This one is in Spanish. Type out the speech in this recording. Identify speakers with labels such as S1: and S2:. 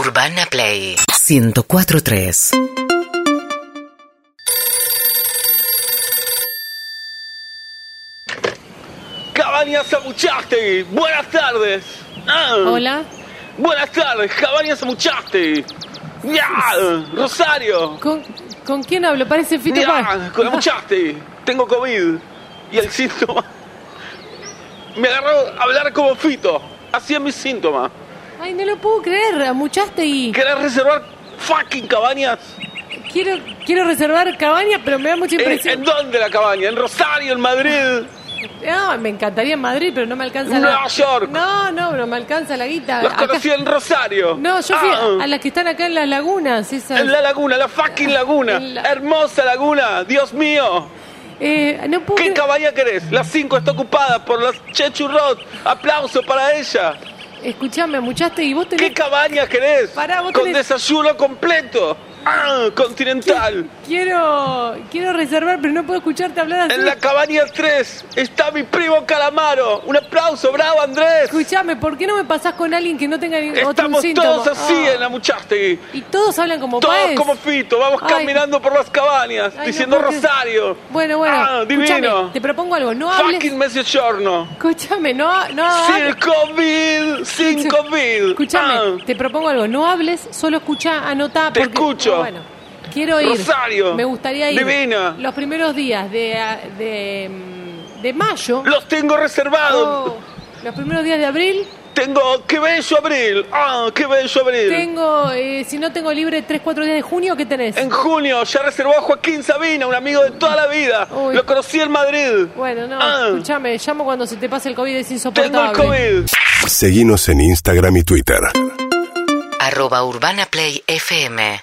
S1: Urbana Play 1043.
S2: Cabañas Amuchastegui, buenas tardes. Ah,
S3: Hola,
S2: Buenas tardes, Cabañas Amuchastegui. Ya, Rosario.
S3: ¿con, con quién hablo? Parece Fito
S2: Ya,
S3: Páez.
S2: con Amuchastegui. Tengo COVID. Y el síntoma. Me agarró a hablar como fito. Así es mi síntoma.
S3: Ay, no lo puedo creer, amuchaste y
S2: ¿Querés reservar fucking cabañas?
S3: quiero, quiero reservar cabaña, pero me da mucha
S2: ¿En,
S3: impresión.
S2: Eh, en dónde la cabaña? ¿En Rosario? ¿En Madrid?
S3: Ah, me encantaría en Madrid, pero no me alcanza
S2: Nueva
S3: la...
S2: York.
S3: No, no, no me alcanza la guita.
S2: Los
S3: Ah, Acá-
S2: conocí en Rosario.
S3: No, yo fui
S2: Ah.
S3: a las que están acá en las lagunas, esas.
S2: En la laguna, la fucking laguna.
S3: En la-
S2: Hermosa laguna, Dios mío.
S3: Eh, no puedo
S2: ¿Qué
S3: creer-
S2: cabaña querés? Las cinco está ocupada por las Chechurrot. Aplauso para ella.
S3: Escuchame, amuchaste y vos tenés...
S2: ¿Qué cabaña querés?
S3: Pará, vos
S2: Con
S3: tenés-
S2: desayuno completo. Ah, continental.
S3: Quiero, quiero reservar, pero no puedo escucharte hablar así.
S2: En la cabaña 3 está mi primo Calamaro. Un aplauso, bravo Andrés.
S3: Escuchame, ¿por qué no me pasás con alguien que no tenga ni- otro
S2: Estamos
S3: síntoma?
S2: todos así
S3: Ah.
S2: en la Muchastegui.
S3: Y todos hablan como
S2: Todos
S3: Páez.
S2: como Fito, vamos
S3: Ay.
S2: caminando por las cabañas,
S3: Ay, no
S2: diciendo
S3: puedo creer.
S2: Rosario.
S3: Bueno, bueno.
S2: Ah,
S3: escúchame,
S2: divino.
S3: te propongo algo. No hables. Ah.
S2: Fucking Messi Giorno.
S3: Escúchame, no, no. hables.
S2: Cinco mil, cinco mil.
S3: Escúchame,
S2: Ah,
S3: te propongo algo. No hables, solo escucha, anota.
S2: Te escucho.
S3: Bueno, quiero ir.
S2: Rosario.
S3: Me gustaría ir.
S2: Divina.
S3: Los primeros días de, ah, de, mm, de mayo.
S2: los tengo reservados.
S3: o los primeros días de abril.
S2: Tengo, qué bello abril. Ah, qué bello abril.
S3: Tengo, eh, si no tengo libre 3, 4 días de junio, ¿qué tenés?
S2: En junio ya reservó a Joaquín Sabina, un amigo de toda la vida.
S3: Uy.
S2: Lo conocí en Madrid.
S3: Bueno, no,
S2: Ah.
S3: escúchame, llamo cuando se te pase el COVID, es insoportable.
S2: Tengo el COVID.
S4: Seguinos en Instagram y Twitter.
S1: Arroba Urbana Play FM.